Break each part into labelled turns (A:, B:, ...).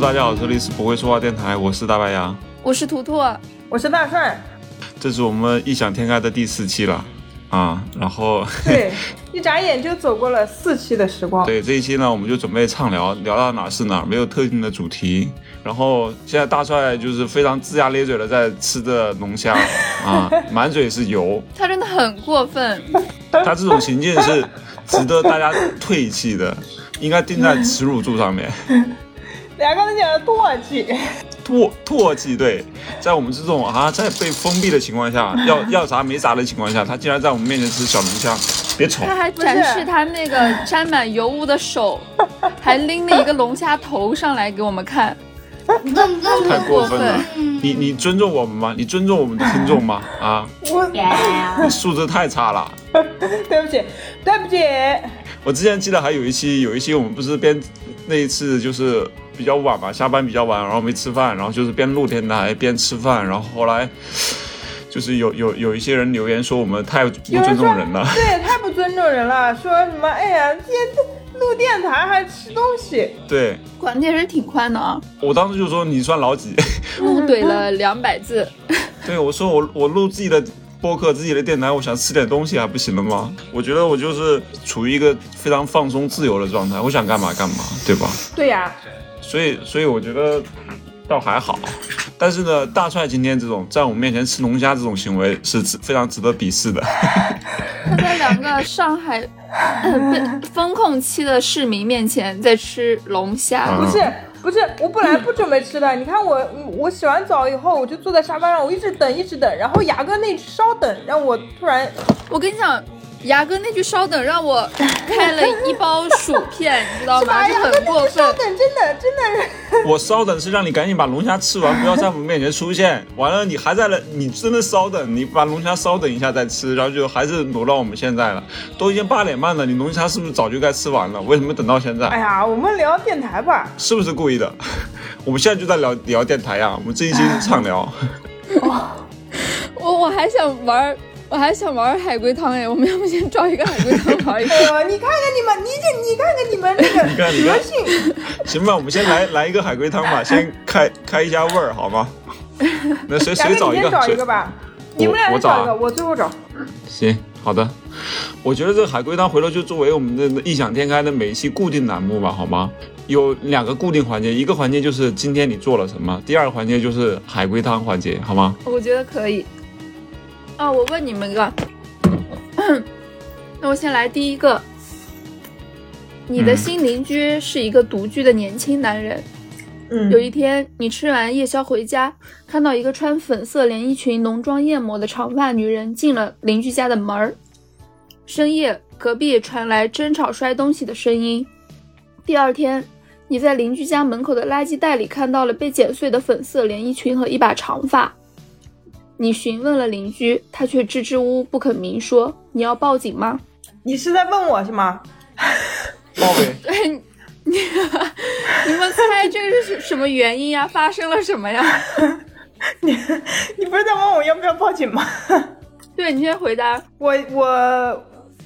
A: 大家好，这里是不会说话电台，我是大白羊，
B: 我是图图，
C: 我是 大帅。
A: 这是我们异想天开的第四期了啊，然后
C: 对，一眨眼就走过了四期的时光。
A: 对这一期呢，我们就准备畅聊，聊到哪是哪，没有特定的主题。然后现在大帅就是非常龇牙咧嘴的在吃着龙虾啊，满嘴是油，
B: 他真的很过分。
A: 他这种行径是值得大家唾弃的，应该定在耻辱柱上面。
C: 俩刚才讲的唾弃，
A: 唾唾弃，对，在我们这种啊，在被封闭的情况下，要要啥没啥的情况下，他竟然在我们面前吃小龙虾，别吵
B: 他！还展示他那个沾满油污的 手，还拎了一个龙虾头上来给我们看。
D: 更更
A: 太过分
B: 分
A: 了！你你尊重我们吗？你尊重我们的听众吗？啊，
C: 我
A: 你素质太差了！
C: 对不起，对不起，
A: 我之前记得还有一期，有一期我们不是边那一次就是比较晚嘛，下班比较晚，然后没吃饭，然后就是边录电台边吃饭，然后后来就是有有有一些人留言说我们太不
C: 有
A: 尊重
C: 说
A: 人了。
C: 对，太不尊重人了，说什么哎呀，今天录电台还吃东西，
A: 对
B: 管的也是挺宽的啊，
A: 我当时就说你算老几？
B: 怒怼
C: 嗯
B: 了两百字。
A: 对，我说我我录自己的播客、自己的电台，我想吃点东西还不行了吗？我觉得我就是处于一个非常放松、自由的状态，我想干嘛干嘛，对吧？
C: 对呀、
A: 所以，所以我觉得倒还好。但是呢，大帅今天这种在我们面前吃龙虾这种行为是值非常值得鄙视的。
B: 他在两个上 海、呃、被封控期的市民面前在吃龙虾，
A: 嗯
C: 不是不是，我本来不准备吃的。你看我，我洗完澡以后，我就坐在沙发上，我一直等，一直等，然后牙哥那稍等让我突然，
B: 我跟你讲。牙哥那句“稍等”让我开了一包薯片，你 知道吗？
C: 哎
B: 就
C: 呀，
B: 很过
C: 稍
B: 分。
C: 等，真的真的，
A: 我稍等是让你赶紧把龙虾吃完，不要在我们面前出现。完了，你还在那，你真的稍等，你把龙虾稍等一下再吃，然后就还是挪到我们现在了。都已经八点半了，你龙虾是不是早就该吃完了？为什么等到现在？
C: 哎呀，我们聊电台吧。
A: 是不是故意的？ 我们现在就在聊聊电台啊呀、我们这一期畅聊。
B: 我我还想玩，我还想玩海龟汤哎，我们要不先找一个海龟汤 玩一
C: 哎
B: 玩？
C: 呦，你看看你们，你这你看看你们 这
A: 你看
C: 个
A: 你看
C: 德性，
A: 行吧，我们先来来一个海龟汤 吧，先开开一下味儿好吗？那谁
C: 咱
A: 谁
C: 们
A: 找
C: 你
A: 一
C: 先
A: 个？
C: 找一
A: 谁
C: 个吧。
A: 我
C: 你们俩
A: 我
C: 人
A: 找啊
C: 找一个，我最后找。
A: 行，好的。我觉得这个海龟汤回头就作为我们的异想天开的每一期固定栏目吧，好吗？有两个固定环节，一个环节就是今天你做了什么，第二个环节就是海龟汤环节，好吗？
B: 我觉得可以。啊，我问你们一个， 那我先来第一个。你的
A: 嗯
B: 新邻居是一个独居的年轻男人。
C: 嗯
B: 有一天，你吃完夜宵回家，看到一个穿粉色连衣裙、浓妆艳抹的长发女人进了邻居家的门儿。深夜，隔壁传来争吵摔东西的声音。第二天，你在邻居家门口的垃圾袋里看到了被剪碎的粉色连衣裙和一把长发。你询问了邻居，他却支支吾吾不肯明说。你要报警吗？
C: 你是在问我是吗？
A: 报呗。
B: 对，你你们猜这是什么原因呀？发生了什么呀？
C: 你不是在问我要不要报警吗？
B: 对你先回答。
C: 我我，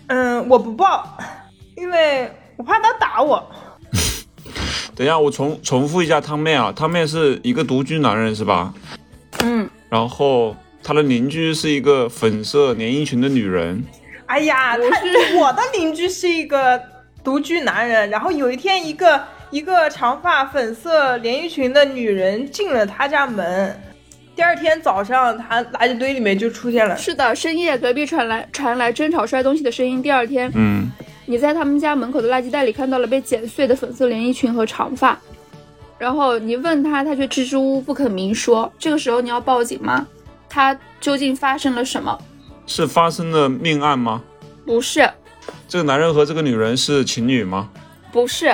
C: 嗯，我不报，因为我怕他打我。
A: 等一下，我重重复一下汤面啊，汤面是一个独居男人是吧？
B: 嗯，
A: 然后他的邻居是一个粉色连衣裙的女人，
C: 哎呀，
B: 我
C: 他
B: 是
C: 我的邻居是一个独居男人，然后有一天一个一个长发粉色连衣裙的女人进了他家门，第二天早上他垃圾堆里面就出现了。
B: 是的，深夜隔壁传来传来争吵摔东西的声音。第二天，
A: 嗯，
B: 你在他们家门口的垃圾袋里看到了被剪碎的粉色连衣裙和长发，然后你问他，他却支支吾吾不肯明说。这个时候你要报警吗？他究竟发生了什么？
A: 是发生了命案吗？
B: 不是，
A: 这个男人和这个女人是情侣吗？
B: 不是，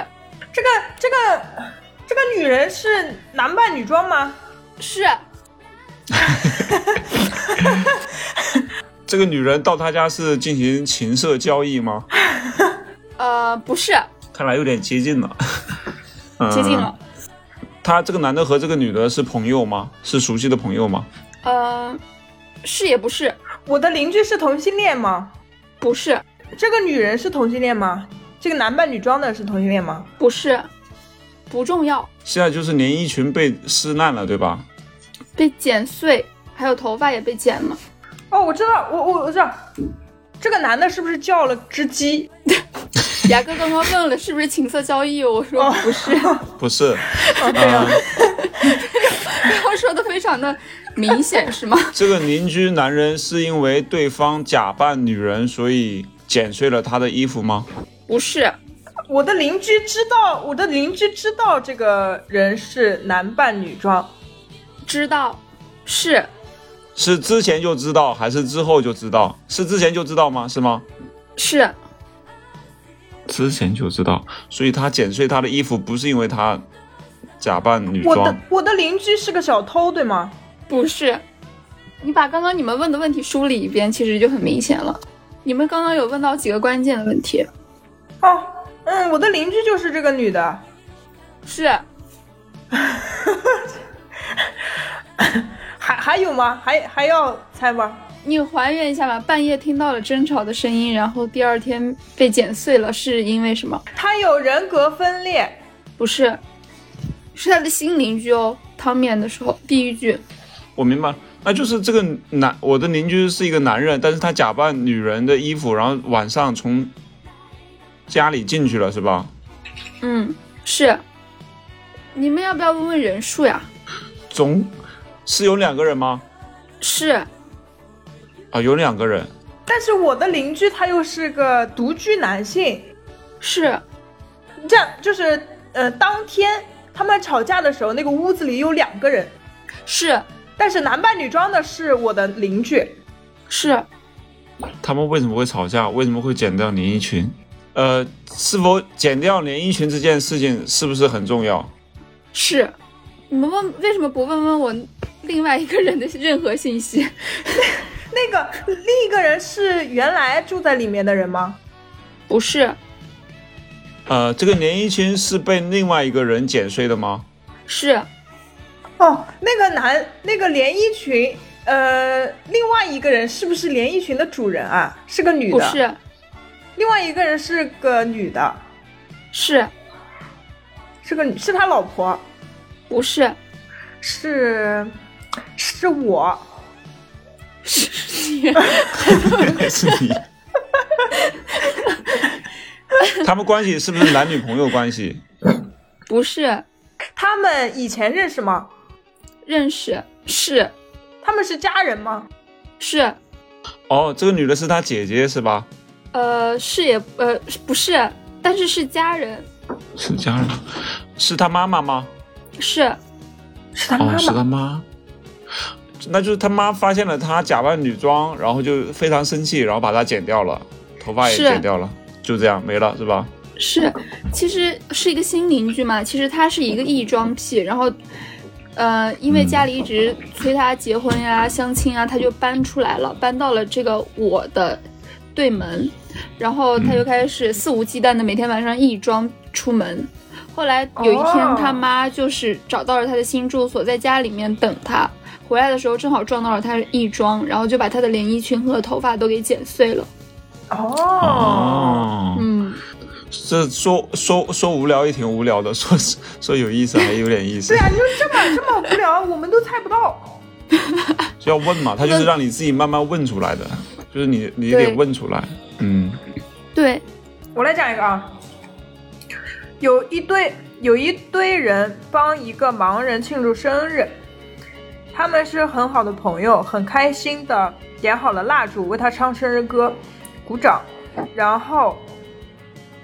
C: 这个这个这个女人是男扮女装吗？
B: 是
A: 这个女人到他家是进行情色交易吗？
B: 呃，不是，
A: 看来有点接近了，嗯
B: 接近了。。
A: 他这个男的和这个女的是朋友吗？是熟悉的朋友吗？
B: 呃，是也不是，
C: 我的邻居是同性恋吗？
B: 不是，
C: 这个女人是同性恋吗？这个男扮女装的是同性恋吗？
B: 不是，不重要。
A: 现在就是连衣裙被撕烂了，对吧？
B: 被剪碎，还有头发也被剪了。
C: 哦，我知道，我我我知道，这个男的是不是叫了只鸡？
B: 牙哥刚刚问了是不是情色交易，我说不是，
A: 不是，
B: 哦
A: 嗯
C: 啊
B: 然后说的非常的明显，是吗？
A: 这个邻居男人是因为对方假扮女人，所以剪碎了他的衣服吗？
B: 不是，
C: 我的邻居知道，我的邻居知道这个人是男扮女装，
B: 知道，是
A: 是之前就知道，还是之后就知道？是之前就知道吗？是吗？
B: 是
A: 之前就知道，所以他剪碎他的衣服不是因为他假扮女
C: 我的
A: 装，
C: 我的邻居是个小偷，对吗？
B: 不是？你把刚刚你们问的问题梳理一遍，其实就很明显了。你们刚刚有问到几个关键的问题，
C: 哦，嗯，我的邻居就是这个女的，
B: 是
C: 还还有吗？还还要猜吗？
B: 你还原一下吧。半夜听到了争吵的声音，然后第二天被剪碎了，是因为什么？
C: 她有人格分裂，
B: 不是，是他的新邻居哦。汤面的时候，第一句
A: 我明白了，那就是这个男，我的邻居是一个男人，但是他假扮女人的衣服，然后晚上从家里进去了，是吧？
B: 嗯，是。你们要不要问问人数呀？
A: 总是有两个人吗？
B: 是
A: 啊，有两个人，
C: 但是我的邻居他又是个独居男性，
B: 是，
C: 这样就是呃，当天他们吵架的时候，那个屋子里有两个人，
B: 是
C: 但是男扮女装的是我的邻居，
B: 是
A: 他们为什么会吵架？为什么会剪掉连衣裙？呃，是否剪掉连衣裙这件事情是不是很重要？
B: 是，你们问为什么不问问我另外一个人的任何信息？
C: 那个另一个人是原来住在里面的人吗？
B: 不是，
A: 呃，这个连衣裙是被另外一个人剪碎的吗？
B: 是
C: 哦，那个男那个连衣裙，呃，另外一个人是不是连衣裙的主人啊？是个女
B: 不
C: 的，
B: 是
C: 另外一个人是个女的，
B: 是
C: 是个女是他老婆，
B: 不是
C: 是是我，
B: 是你
A: 是你。 他们关系是不是男女朋友关系？
B: 不是
C: 他们以前认识吗？
B: 认识是
C: 他们是家人吗？
B: 是
A: 哦，这个女的是他姐姐是吧？
B: 呃是也呃不是，但是是家人
A: 是家人，是他妈妈吗？
B: 是
C: 是他妈妈。
A: 哦，是他妈。那就是他妈发现了他假扮女装，然后就非常生气，然后把她剪掉了，头发也
B: 是
A: 剪掉了，就这样没了是吧？
B: 是，其实是一个新邻居嘛，其实他是一个异装癖，然后，呃，因为家里一直催他结婚呀、相亲啊，他就搬出来了，搬到了这个我的对门，然后他就开始肆无忌惮的每天晚上异装出门。后来有一天
C: 哦，
B: 他妈就是找到了他的新住所，在家里面等他。回来的时候正好撞到了他的异装，然后就把他的连衣裙和头发都给剪碎了。
C: 哦，
B: 嗯，
A: 这说说说无聊也挺无聊的， 说说有意思还有点意思
C: 对，啊，你说这么这么无聊，我们都猜不到。
A: 就要问嘛，他就是让你自己慢慢问出来的，就是你你得
B: 对
A: 问出来，嗯，
B: 对，
C: 我来讲一个啊，有一堆有一堆人帮一个盲人庆祝生日，他们是很好的朋友，很开心的点好了蜡烛，为他唱生日歌，鼓掌，然后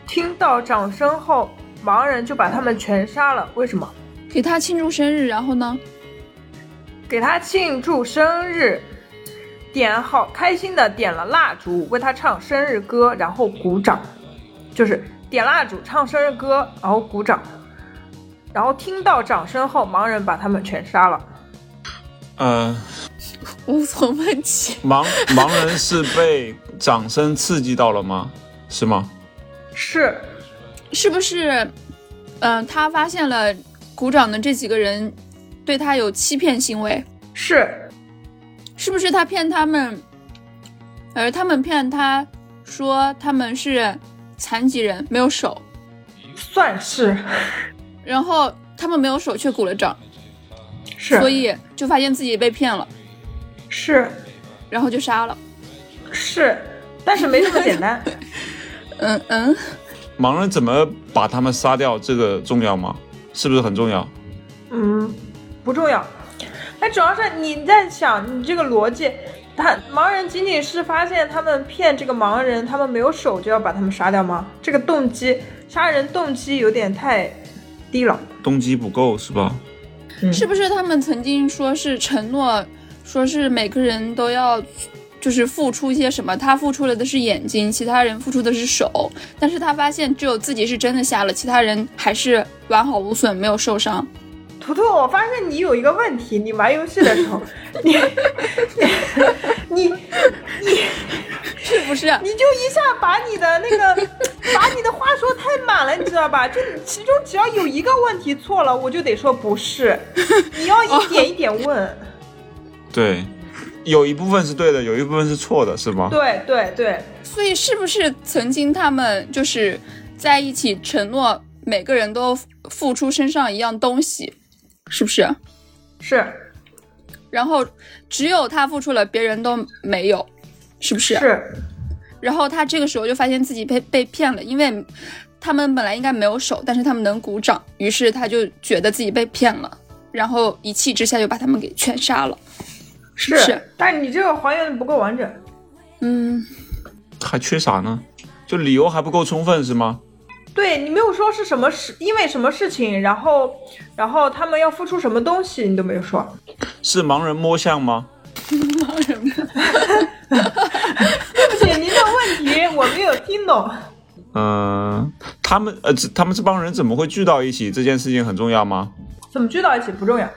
C: 听到掌声后，盲人就把他们全杀了。为什么？
B: 给他庆祝生日，然后呢？
C: 给他庆祝生日，点好开心的点了蜡烛，为他唱生日歌，然后鼓掌，就是点蜡烛唱生日歌，然后鼓掌，然后听到掌声后，盲人把他们全杀了。
A: 呃，
B: 无从问起。
A: 盲盲人是被掌声刺激到了吗？是吗？
C: 是，
B: 是不是，嗯、他发现了鼓掌的这几个人对他有欺骗行为，
C: 是，
B: 是不是他骗他们，呃，他们骗他说他们是残疾人，没有手，
C: 算是，
B: 然后他们没有手却鼓了掌，
C: 是
B: 所以就发现自己被骗了，
C: 是
B: 然后就杀了。
C: 是，但是没这么简单。
B: 嗯嗯，
A: 盲人怎么把他们杀掉，这个重要吗？是不是很重要？
C: 嗯，不重要。哎，主要是你在想你这个逻辑，他盲人仅仅是发现他们骗这个盲人，他们没有手就要把他们杀掉吗？这个动机，杀人动机有点太低了。
A: 动机不够是吧？
B: 是不是他们曾经说是承诺，说是每个人都要就是付出些什么？他付出了的是眼睛，其他人付出的是手，但是他发现只有自己是真的瞎了，其他人还是完好无损，没有受伤。
C: 图图，我发现你有一个问题，你玩游戏的时候，你 你你
B: 是不是？
C: 你就一下把你的那个 把你的话说太满了，你知道吧？就其中只要有一个问题错了，我就得说不是，你要一点一点问。
A: 对，有一部分是对的，有一部分是错的，是吗？
C: 对对对，
B: 所以是不是曾经他们就是在一起承诺每个人都付出身上一样东西，是不是？
C: 是
B: 然后只有他付出了，别人都没有，是不是？
C: 是
B: 然后他这个时候就发现自己被被骗了，因为他们本来应该没有手，但是他们能鼓掌，于是他就觉得自己被骗了，然后一气之下就把他们给全杀了，是不是？
C: 但你这个还原的不够完整。
B: 嗯，
A: 还缺啥呢？就理由还不够充分是吗？
C: 对你没有说是什么事，因为什么事情，然后然后他们要付出什么东西，你都没有说。
A: 是盲人摸象吗？
B: 盲人摸
C: 对不起，您的 问题我没有听懂。
A: 嗯、他们呃，这他们这帮人怎么会聚到一起？这件事情很重要吗？
C: 怎么聚到一起不重要，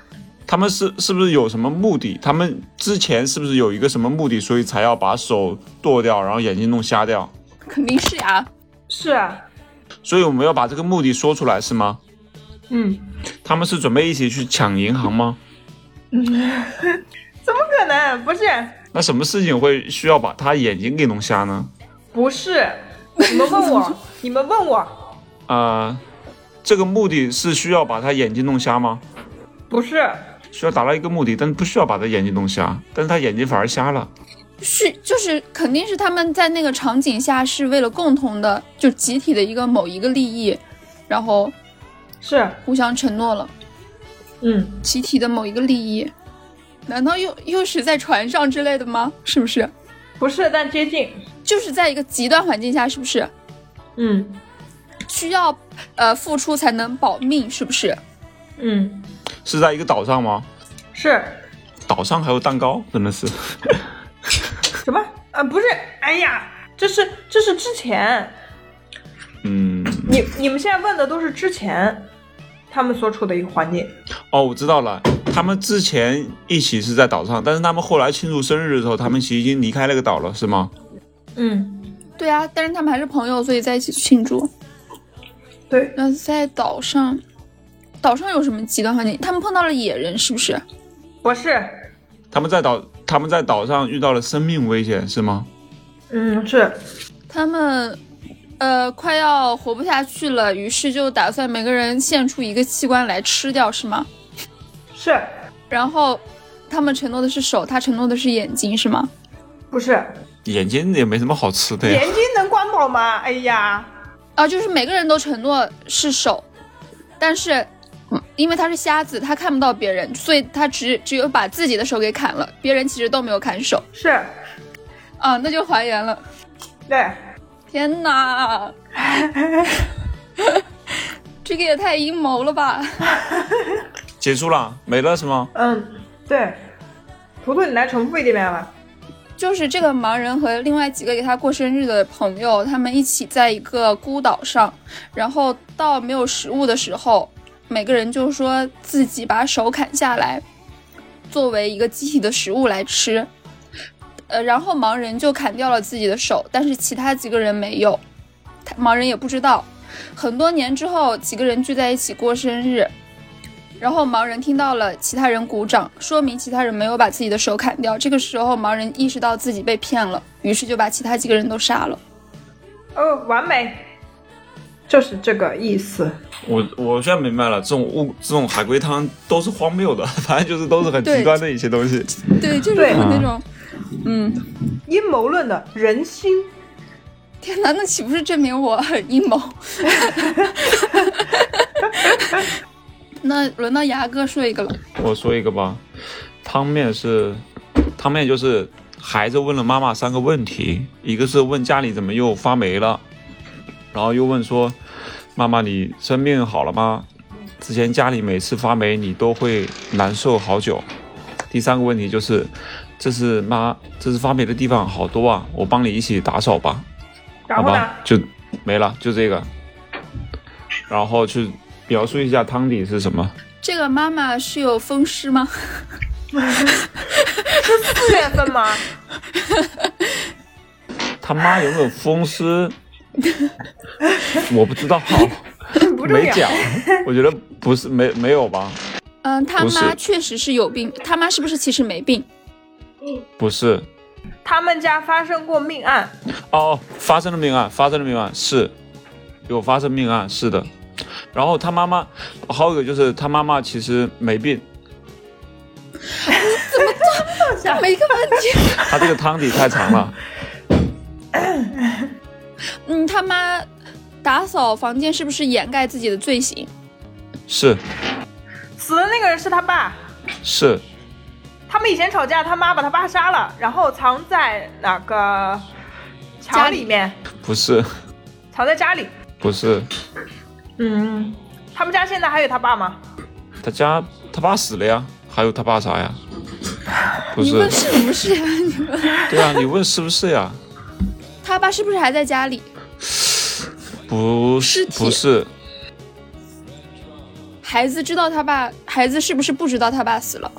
A: 他们是是不是有什么目的？他们之前是不是有一个什么目的，所以才要把手剁掉，然后眼睛弄瞎掉？
B: 肯定是呀、
C: 是啊，
A: 所以我们要把这个目的说出来是吗？
C: 嗯，
A: 他们是准备一起去抢银行吗？
C: 怎么可能？不是，
A: 那什么事情会需要把他眼睛给弄瞎呢？
C: 不是，你们问 我，你们问我，
A: 啊、这个目的是需要把他眼睛弄瞎吗？
C: 不是，
A: 需要达到一个目的，但不需要把他眼睛弄瞎，但是他眼睛反而瞎了。
B: 是就是肯定是他们在那个场景下是为了共同的就集体的一个某一个利益，然后
C: 是，
B: 互相承诺了
C: 嗯，
B: 集体的某一个利益，难道又又是在船上之类的吗？是不是？
C: 不是，但接近，
B: 就是在一个极端环境下，是不是
C: 嗯
B: 需要呃付出才能保命？是不是？
C: 嗯，
A: 是在一个岛上吗？
C: 是
A: 岛上还有蛋糕，真的是。
C: 什么？啊，不是，哎呀，这是这是之前，
A: 嗯，
C: 你你们现在问的都是之前他们所处的一个环境，
A: 哦，我知道了，他们之前一起是在岛上，但是他们后来庆祝生日的时候，他们其实已经离开那个岛了，是吗？
C: 嗯，
B: 对啊，但是他们还是朋友，所以在一起庆祝。
C: 对，
B: 那在岛上，岛上有什么极端环境？他们碰到了野人，是不是？
C: 不是，
A: 他们在岛，他们在岛上遇到了生命危险，是吗？
C: 嗯，是
B: 他们呃快要活不下去了，于是就打算每个人献出一个器官来吃掉，是吗？
C: 是，
B: 然后他们承诺的是手，他承诺的是眼睛，是吗？
C: 不是
A: 眼睛也没什么好吃的呀
C: 眼。睛能关饱吗？哎呀，
B: 啊，就是每个人都承诺是手，但是。嗯因为他是瞎子，他看不到别人，所以他只只有把自己的手给砍了，别人其实都没有砍手
C: 是，
B: 啊，那就还原了。
C: 对，
B: 天哪， 这个也太阴谋了吧！
A: 结束了，没了是吗？
C: 嗯，对，图图，你来重复一遍吧。
B: 就是这个盲人和另外几个给他过生日的朋友，他们一起在一个孤岛上，然后到没有食物的时候，每个人就说自己把手砍下来，作为一个集体的食物来吃。呃，然后盲人就砍掉了自己的手，但是其他几个人没有，他盲人也不知道。很多年之后，几个人聚在一起过生日，然后盲人听到了其他人鼓掌，说明其他人没有把自己的手砍掉。这个时候，盲人意识到自己被骗了，于是就把其他几个人都杀了。
C: 哦，完美，就是这个意思。
A: 我我现在明白了，这种物这种海龟汤都是荒谬的， 反正就是都是很极端的一些东西。
B: 对，就是
C: 对
B: 有那种，嗯，
C: 阴谋论的人心，
B: 天哪，那岂不是证明我很阴谋？ 那轮到牙哥说一个了，
A: 我说一个吧，汤面是汤面就是孩子问了妈妈三个问题，一个是问家里怎么又发霉了，然后又问说妈妈你生病好了吗？之前家里每次发霉你都会难受好久。第三个问题就是这是妈这是发霉的地方好多啊，我帮你一起打扫吧。
C: 然
A: 好
C: 后
A: 吧
C: 呢？，
A: 就没了，就这个。然后去描述一下汤底是什么？
B: 这个妈妈是有风湿吗？
C: 四月 份吗？
A: 他妈有没有风 湿？我不知道，
C: 不重
A: 没
C: 要。
A: 讲。我觉得不是没没有吧？
B: 嗯，他
A: 不是
B: 妈确实是有病，他妈是不是其实没病？
A: 不是
C: 他们家发生过命案，
A: 哦，发生了命案，发生了命案是，有发生命案是的。然后他妈妈，还有一个就是他妈妈其实没病。
B: 每个问题，
A: 他这个汤底太长了，
B: 嗯，他妈打扫房间是不是掩盖自己的罪行？
A: 是
C: 死的那个人是他爸。
A: 是
C: 他们以前吵架，他妈把他爸杀了，然后藏在那个
B: 家
C: 墙
B: 里
C: 里面，
A: 不是
C: 藏在家里。
A: 不是？
C: 嗯，他们家现在还有他爸吗？
A: 他家他爸死了呀，还有他爸啥呀？不
B: 你
A: 是
B: 问，是 什么事呀、你问
A: 对啊，你问是不是呀？
B: 他爸是不是还在家里？
A: 不
B: 尸
A: 是，
B: 体
A: 不是，
B: 孩子知道他爸，孩子是不是不知道他爸死了？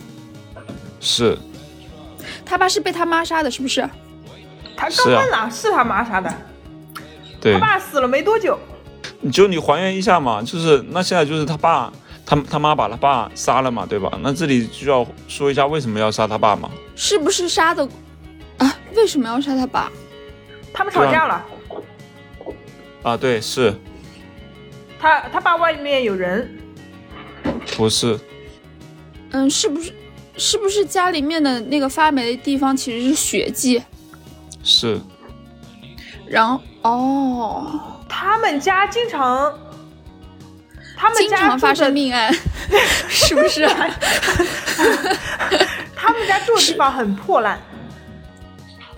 A: 是
B: 他爸是被他妈杀的，是不是？
C: 他刚
A: 是啊
C: 问了，是他妈杀的。
A: 对
C: 他，爸死了没多久，
A: 你就你还原一下嘛，就是那现在就是他爸，他他妈把他爸杀了嘛，对吧？那这里就要说一下为什么要杀他爸嘛，
B: 是不是杀的？啊，为什么要杀他爸？
C: 他们吵架了。
A: 啊，对，是
C: 他他爸外面有人，
A: 不是？
B: 嗯，是不是？是不是家里面的那个发霉的地方其实是血迹？
A: 是
B: 然后哦，
C: 他们家经常，他们
B: 经
C: 家
B: 常
C: 住
B: 发
C: 的
B: 生命案， 是不 是？
C: 他们家住的地方很破烂，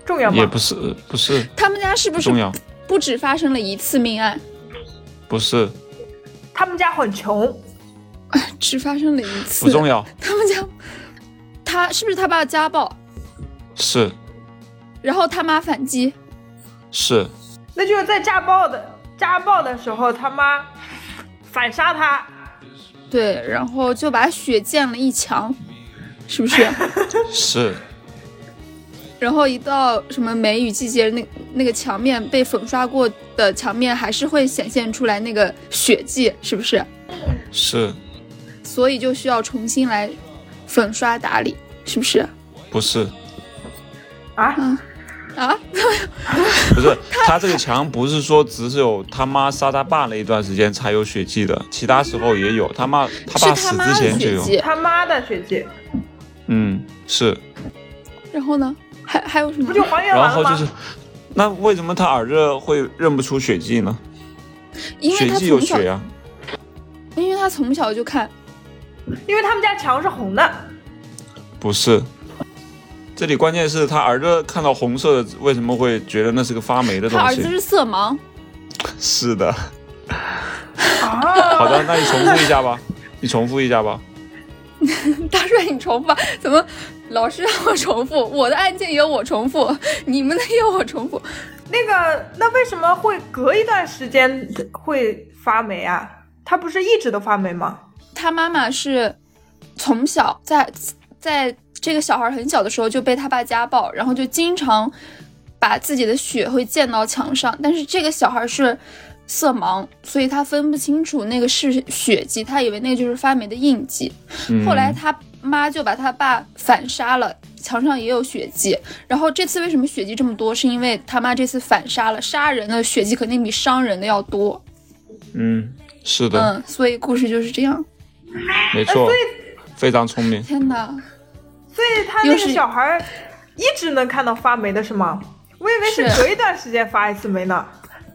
C: 重要
A: 也
C: 吗
A: 不？是？不是
B: 他们家是不
A: 不
B: 是
A: 重要，
B: 不止发生了一次命案，
A: 不是
C: 他们家很穷，
B: 只发生了一次？
A: 不重要，
B: 他们家，他是不是他爸家暴？
A: 是
B: 然后他妈反击，
A: 是
C: 那就是在家暴的家暴的时候，他妈反杀他，
B: 对，然后就把血溅了一墙，是不是？
A: 是
B: 然后一到什么梅雨季节，那那个墙面被粉刷过的墙面还是会显现出来那个血迹，是不是？
A: 是，
B: 所以就需要重新来粉刷打理，是不是？
A: 不是
C: 啊，
B: 啊，
A: 不 是，他这个墙不是说只有他妈杀他爸那一段时间才有血迹的，其他时候也有。他妈他爸
B: 是他
A: 死
B: 妈
A: 之
B: 的
A: 前就
B: 血
A: 有。
B: 迹。
C: 他妈的血迹，
A: 嗯，是。
B: 然后呢？还还有什么
C: 不？就还原
A: 然
C: 完
A: 后
C: 了吗？
A: 就是，那为什么他儿子会认不出血迹呢？
B: 因为
A: 血
B: 他
A: 迹有啊
B: 从小
A: 血，呀、
B: 因为他从小就看，
C: 因为他们家墙是红的，
A: 不是。这里关键是他儿子看到红色的，为什么会觉得那是个发霉的
B: 他
A: 东
B: 儿子
A: 西？
B: 是色盲。
A: 是的。
C: 啊，
A: 好的，那你重复一下 吧，你重复一下吧。
B: 大帅，你重复吧？怎么老是让我重复？我的案件也有我重复，你们的也有我重复。
C: 那个那为什么会隔一段时间会发霉啊？他不是一直都发霉吗？
B: 他妈妈是从小在在这个小孩很小的时候就被他爸家暴，然后就经常把自己的血会溅到墙上。但是这个小孩是色盲，所以他分不清楚那个是血迹，他以为那个就是发霉的印记。
A: 嗯、
B: 后来他妈就把他爸反杀了，墙上也有血迹。然后这次为什么血迹这么多？是因为他妈这次反杀了，杀人的血迹肯定比伤人的要多。
A: 嗯，是的，
B: 嗯，哎所以故事就是这样。
A: 没错，非常聪明。
B: 天哪，
C: 所以他那
B: 又
C: 个
B: 是
C: 小孩儿一直能看到发霉的是吗？我以为是
B: 是
C: 隔一段时间发一次霉呢，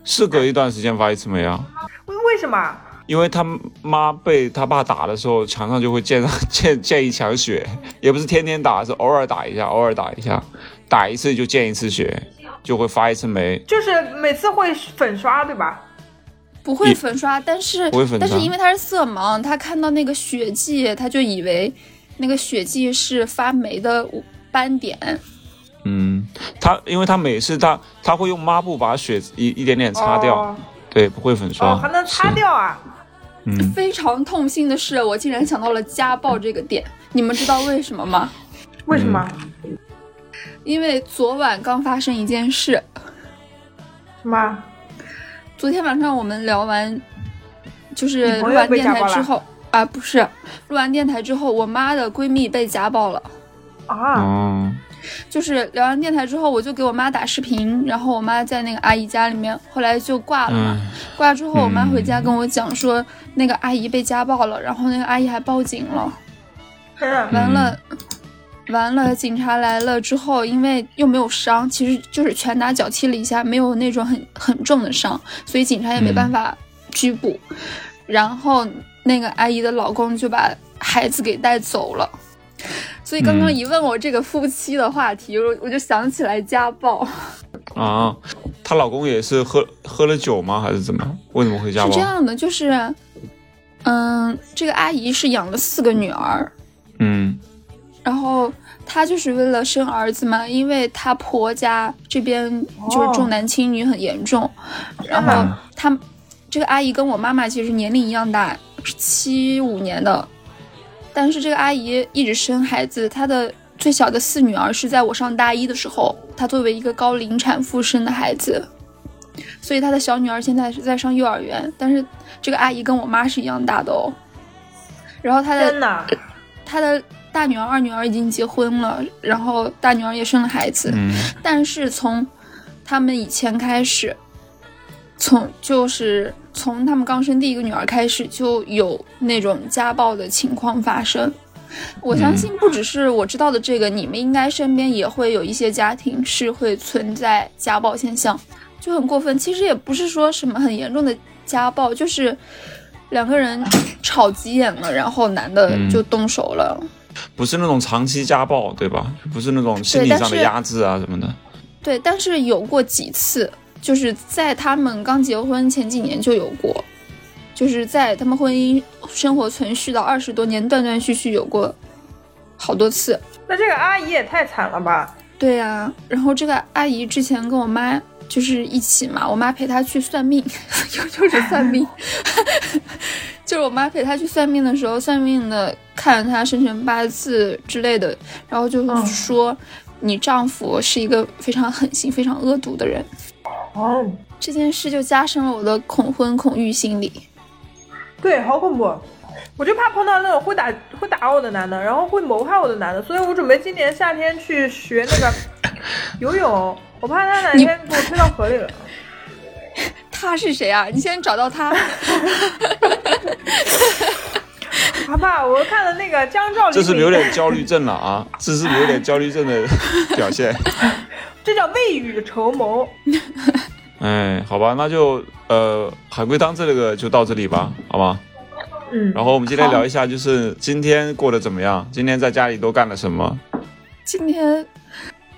A: 是隔一段时间发一次霉啊，
C: 为为什么？啊
A: 因为他妈被他爸打的时候，墙上就会溅上 溅溅一墙血，也不是天天打，是偶尔打一下，偶尔打一下，打一次就溅一次血，就会发一次霉。
C: 就是每次会粉刷对吧？
B: 不会
A: 也
B: 粉刷，但是
A: 不会粉
B: 但是
A: 刷
B: 因为他是色盲，他看到那个血迹，他就以为那个血迹是发霉的斑点。
A: 嗯，他因为他每次他他会用抹布把血一一点点擦掉，
C: 哦，
A: 对，不会粉刷，
C: 哦还能擦
A: 是
C: 掉啊？
A: 嗯，
B: 非常痛心的是，我竟然想到了家暴这个点。你们知道为什么吗？
C: 为什么？
A: 嗯
B: 因为昨晚刚发生一件事。
C: 什么？
B: 昨天晚上我们聊完，就是
C: 你
B: 录
C: 朋友
B: 完
C: 被
B: 电
C: 家暴
B: 台之
C: 了
B: 后啊，不是录完电台之后，我妈的闺蜜被家暴了。
C: 啊，
A: 哦，
B: 就是聊完电台之后，我就给我妈打视频，然后我妈在那个阿姨家里面，后来就挂了嘛。
A: 嗯，
B: 挂了之后，我妈回家跟我讲说，那个阿姨被家暴了，然后那个阿姨还报警了。
C: 嗯
B: 完了，完了，警察来了之后，因为又没有伤，其实就是拳打脚踢了一下，没有那种很很重的伤，所以警察也
A: 嗯
B: 没办法拘捕。然后那个阿姨的老公就把孩子给带走了。所以刚刚
A: 嗯
B: 一问我这个夫妻的话题，我我就想起来家暴
A: 啊，她老公也是喝喝了酒吗？还是怎么？为什么会家
B: 是
A: 暴
B: 这？样的，就是，嗯，这个阿姨是养了四个女儿，
A: 嗯
B: 然后她就是为了生儿子嘛，因为她婆家这边就是重男轻女很严重，然后
A: 嗯
B: 她这个阿姨跟我妈妈其实年龄一样大，是七五年的，但是这个阿姨一直生孩子，她的最小的四女儿是在我上大一的时候，她作为一个高龄产妇生的孩子。所以她的小女儿现在是在上幼儿园，但是这个阿姨跟我妈是一样大的哦。然后她的
C: 天哪！
B: 他的大女儿、二女儿已经结婚了，然后大女儿也生了孩子，
A: 嗯
B: 但是从他们以前开始，从就是从他们刚生第一个女儿开始，就有那种家暴的情况发生。我相信不只是我知道的这个，你们应该身边也会有一些家庭是会存在家暴现象，就很过分。其实也不是说什么很严重的家暴，就是两个人吵急眼了，然后男的
A: 嗯
B: 就动手了。
A: 不是那种长期家暴，对吧？不是那种心理
B: 对但
A: 上的
B: 是
A: 压制啊什么的。
B: 对，但是有过几次，就是在他们刚结婚前几年就有过，就是在他们婚姻生活存续到二十多年，断断续续有过好多次。
C: 那这个阿姨也太惨了吧？
B: 对呀、然后这个阿姨之前跟我妈就是一起嘛，我妈陪她去算命， 又又是算命， 就是我妈陪她去算命的时候，算命的看她生辰八字之类的，然后就
C: 嗯
B: 说、你丈夫是一个非常狠心、非常恶毒的人。
C: 哦，
B: 这件事就加深了我的恐婚恐育心理。
C: 对，好恐怖！我就怕碰到那种会打会打我的男的，然后会谋害我的男的，所以我准备今年夏天去学那个 游泳，我怕他哪天给我推到河里了。
B: 他是谁啊？你先找到他。
C: 怕怕，我看了那个江照林，
A: 这是有点焦虑症了啊！这是有点焦虑症的表 现。
C: 这叫未雨绸缪。
A: 哎，好吧，那就呃，海龟汤这个就到这里吧，好吧？
C: 嗯，
A: 然后我们今天聊一下，就是今天过得怎么样？今天在家里都干了什么？
B: 今天，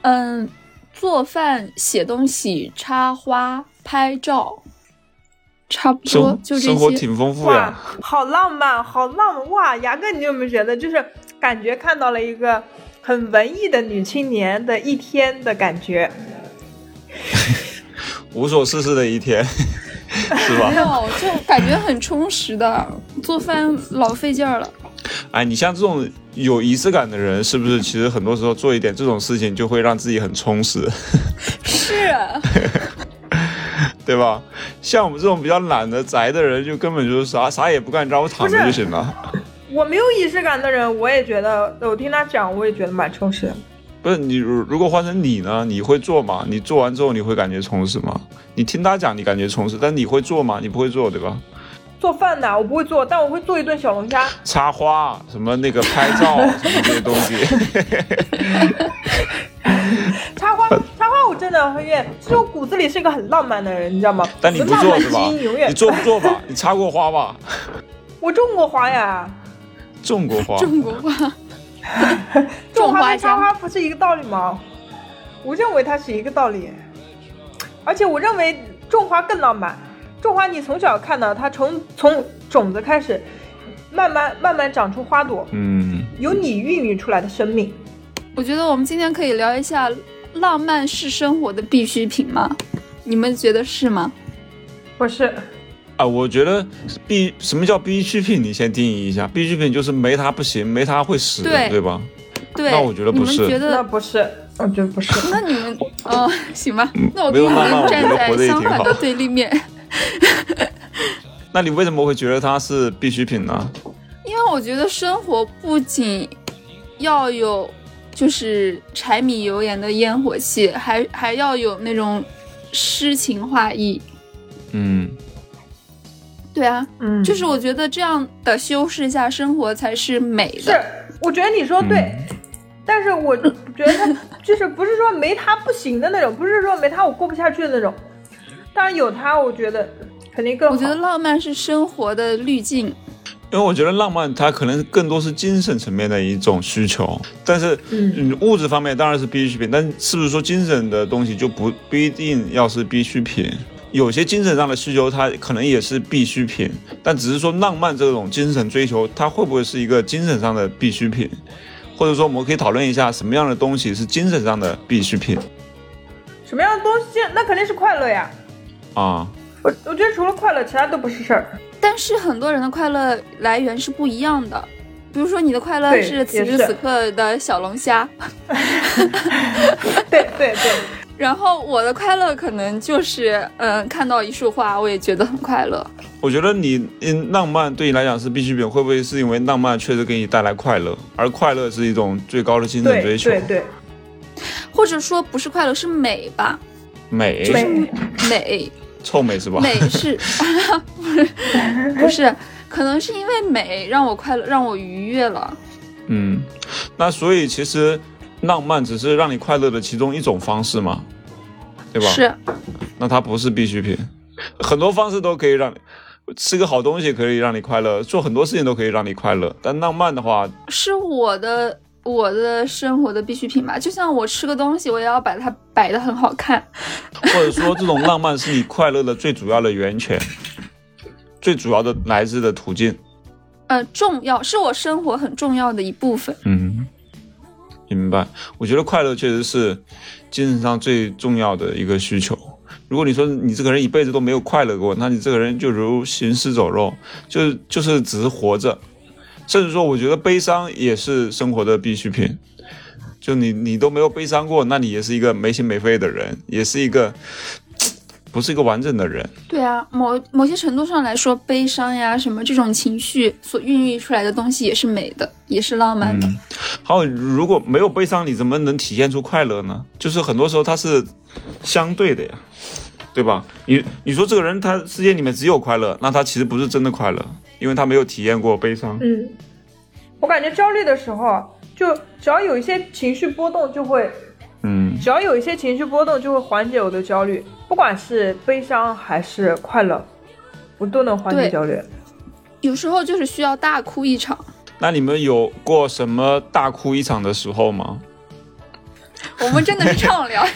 B: 嗯，做饭、写东西、插花、拍照，差不多
A: 生
B: 就这
A: 生活
B: 些。
A: 挺丰富
C: 哇
A: 呀。，
C: 好浪漫，好浪漫哇！牙哥，你有没有觉得就是感觉看到了一个很文艺的女青年的一天的感觉？
A: 无所事事的一天，是吧
B: 没？有，就感觉很充实的。做饭老费劲儿了。
A: 哎，你像这种有仪式感的人，是不是其实很多时候做一点这种事情，就会让自己很充实，
B: 是，
A: 对吧？像我们这种比较懒的宅的人，就根本就是啥啥也不干，让我躺着
C: 不
A: 就是行了。
C: 我没有仪式感的人，我也觉得，我听他讲，我也觉得蛮充实的。
A: 不是你，如如果换成你呢？你会做吗？你做完之后你会感觉充实吗？你听他讲你感觉充实，但你会做吗？你不会做，对吧？
C: 做饭的，我不会做，但我会做一顿小龙虾。
A: 插花什么那个拍照什么这些东西，
C: 插花，插花，我真的会愿。其实我骨子里是一个很浪漫的人，你知道吗？
A: 但你
C: 我
A: 不
C: 的浪
A: 做
C: 漫
A: 是吧
C: 基因永？远
A: 你做不做吧？你插过花吧？
C: 我种过花呀，
A: 种过花，
B: 中国话，
C: 种
B: 种花
C: 花跟插
B: 家
C: 花不是一个道理吗？我认为它是一个道理，而且我认为种花更浪漫。种花你从小看到它从从种子开始，慢慢慢慢长出花朵，
A: 嗯，
C: 由你孕育出来的生命。
B: 我觉得我们今天可以聊一下浪漫是生活的必需品吗？你们觉得是吗？
C: 不是，
A: 啊，我觉得必什么叫必需品？你先定义一下，必需品就是没它不行，没它会死的，
B: 对
A: 对吧？
B: 对，
A: 那我觉得不
B: 你
A: 是
B: 们觉
C: 那
B: 得？
C: 不是，我觉得不是。
B: 那你们哦，行吧，那我
A: 嗯没
B: 跟
A: 有
B: 你
A: 浪漫
B: 们
A: 我
B: 站
A: 觉得活得
B: 在
A: 也
B: 相
A: 挺
B: 反
A: 好
B: 的对立面，
A: 那你为什么会觉得它是必需品呢？
B: 因为我觉得生活不仅要有就是柴米油盐的烟火气，还还要有那种诗情画意。
A: 嗯，
B: 对啊，
C: 嗯，
B: 就是我觉得这样的修饰下生活才是美
C: 是
B: 的。，
C: 我觉得你说对，但是我觉得他就是不是说没他不行的那种，不是说没他我过不下去的那种。当然有他，我觉得肯定更好。
B: 我觉得浪漫是生活的滤镜。
A: 因为我觉得浪漫它可能更多是精神层面的一种需求，但是嗯，物质方面当然是必需品，但是不是说精神的东西就不不一定要是必需品？有些精神上的需求，它可能也是必需品，但只是说浪漫这种精神追求，它会不会是一个精神上的必需品？或者说，我们可以讨论一下什么样的东西是精神上的必需品
C: 什么样的东西，那肯定是快乐呀。
A: 啊？
C: 我我觉得除了快乐，其他都不是事 儿。
B: 但是很多人的快乐来源是不一样的，比如说你的快乐
C: 对
B: 是此
C: 也
B: 时
C: 是
B: 此刻的小龙虾，
C: 对对对，
B: 然后我的快乐可能就是嗯看到一束花，我也觉得很快乐。
A: 我觉得你嗯，浪漫对你来讲是必需品，会不会是因为浪漫确实给你带来快乐，而快乐是一种最高的精神追
C: 对
A: 求？
C: 对对，
B: 或者说不是快乐，是美 吧？
A: 美
C: 美
B: 美
A: 臭美是吧？
B: 美 是，不是，可能是因为美让我快乐，让我愉悦了。
A: 嗯，那所以其实浪漫只是让你快乐的其中一种方式嘛，对吧？。
B: 是，
A: 那它不是必需品，很多方式都可以让你吃个好东西可以让你快乐，做很多事情都可以让你快乐，但浪漫的话，
B: 是我的我的生活的必需品吧。就像我吃个东西，我也要把它摆的很好看。
A: 或者说这种浪漫是你快乐的最主要的源泉，最主要的来自的途径。
B: 呃，重要是我生活很重要的一部分。
A: 嗯，明白。我觉得快乐确实是精神上最重要的一个需求。如果你说你这个人一辈子都没有快乐过，那你这个人就如行尸走肉，就是就是只是活着。甚至说，我觉得悲伤也是生活的必需品。就你你都没有悲伤过，那你也是一个没心没肺的人，也是一个不是一个完整的人。
B: 对啊，某某些程度上来说，悲伤呀什么这种情绪所孕育出来的东西也是美的，也是浪漫
A: 嗯
B: 的。
A: 还有，如果没有悲伤，你怎么能体现出快乐呢？就是很多时候它是相对的呀，对吧？你你说这个人他世界里面只有快乐，那他其实不是真的快乐，因为他没有体验过悲伤。
C: 嗯，我感觉焦虑的时候，就只要有一些情绪波动，就会
A: 嗯，
C: 只要有一些情绪波动，就会缓解我的焦虑，不管是悲伤还是快乐，我都能缓解
B: 对
C: 焦虑。
B: 有时候就是需要大哭一场。
A: 那你们有过什么大哭一场的时候吗？
B: 我们真的是畅 聊，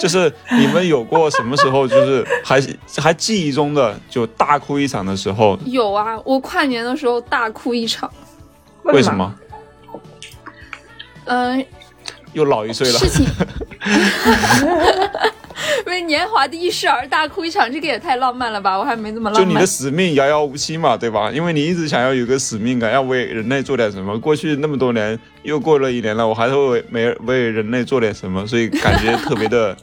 A: 就是你们有过什么时候，就是还还记忆中的就大哭一场的时候？
B: 有啊，我跨年的时候大哭一场。
A: 为什？么？
B: 嗯、
A: 又老一岁了
B: 事。情为年华的易逝而大哭一场，这个也太浪漫了吧！我还没这么
A: 就
B: 浪
A: 你
B: 漫
A: 的。使命遥遥无期嘛，对吧？因为你一直想要有个使命感，要为人类做点什么。过去那么多年，又过了一年了，我还是会为没为人类做点什么，所以感觉特别 的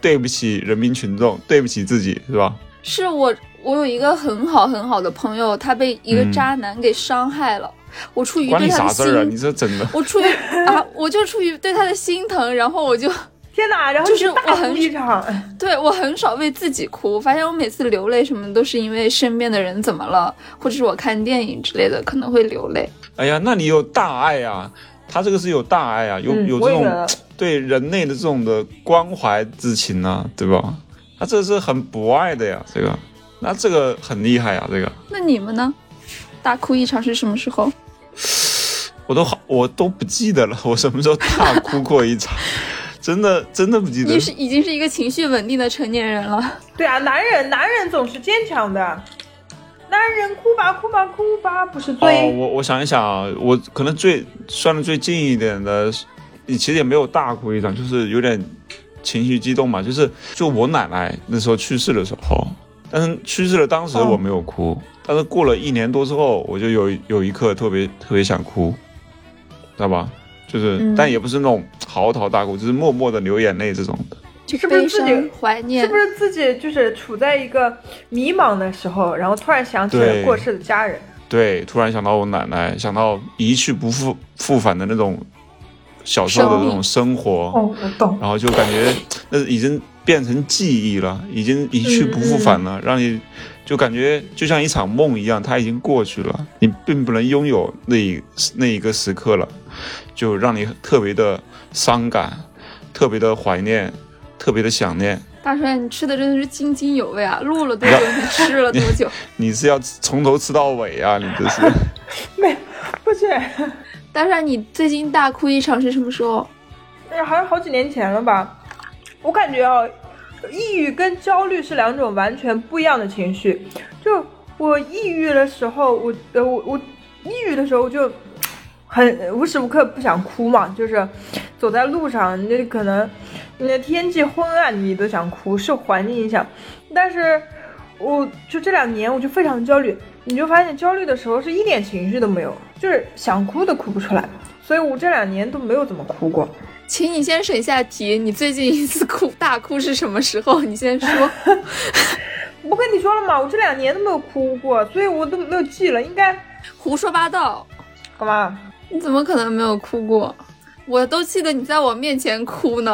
A: 对不起人民群众，对不起自己，是吧？
B: 是我，我有一个很好很好的朋友，他被一个
A: 嗯
B: 渣男给伤害了。我出于
A: 关
B: 对
A: 你
B: 他
A: 啥
B: 的
A: 事
B: 心，
A: 儿啊？你这真的，
B: 我出于啊，我就出于对他的心疼，然后我就
C: 天哪！然后
B: 就是
C: 大
B: 我
C: 哭
B: 很
C: 一场，
B: 对我很少为自己哭，我发现我每次流泪什么都是因为身边的人怎么了，或者是我看电影之类的可能会流泪。
A: 哎呀，那你有大爱啊，他这个是有大爱啊，有、
C: 嗯
A: 有
C: 我
A: 这
C: 也觉
A: 种
C: 得
A: 对人类的这种的关怀之情啊，对吧？他这是很博爱的呀，这个，那这个很厉害呀，啊这个
B: 那你们呢？大哭一场是什么时候？
A: 我都好，我都不记得了， 我什么时候大哭过一场， 真的真的不记得
B: 你。是已经是一个情绪稳定的成年人了，
C: 对啊，男人男人总是坚强的，男人哭吧哭吧哭吧不是
A: 哦，
C: 罪。
A: 我我想一想啊，我可能最算是最近一点的，其实也没有大哭一场，就是有点情绪激动嘛，就是就我奶奶那时候去世的时候，但是去世了当
B: 嗯
A: 时我没有哭，但是过了一年多之后，我就有有一刻特别特别想哭，知道吧？就是，
B: 嗯
A: 但也不是那种嚎啕大哭，就是默默的流眼泪这种的。
B: 就是
C: 不 是
B: 悲
C: 自己
B: 伤、怀念
C: 是不是自己就是处在一个迷茫的时候，然后突然想起了
A: 对
C: 过世的家人？
A: 对，突然想到我奶奶，想到一去不复复返的那种小时候的那种生活。
C: 哦，我懂。
A: 然后就感觉那已经变成记忆了，已经一去不复返了，让你就感觉就像一场梦一样，它已经过去了，你并不能拥有那一那一个时刻了，就让你特别的伤感，特别的怀念，特别的想念。
B: 大帅，你吃的真的是津津有味啊！录了多 久，你吃了多久？
A: 你是要从头吃到尾啊，你这是。
C: 没，不是，
B: 大帅，你最近大哭一场是什么时候？
C: 呃好像好几年前了吧。我感觉啊，抑郁跟焦虑是两种完全不一样的情绪。就我抑郁的时候，我呃我我抑郁的时候我就很无时无刻不想哭嘛，就是走在路上，那可能那天气昏暗，你都想哭，受环境影响。但是我就这两年我就非常焦虑，你就发现焦虑的时候是一点情绪都没有，就是想哭都哭不出来。所以我这两年都没有怎么哭过。
B: 请你先审下题，你最近一次哭大哭是什么时候？你先说。
C: 我跟你说了嘛，我这两年都没有哭过，所以我都没有记了。应该
B: 胡说八道，
C: 干嘛？
B: 你怎么可能没有哭过？我都记得你在我面前哭呢。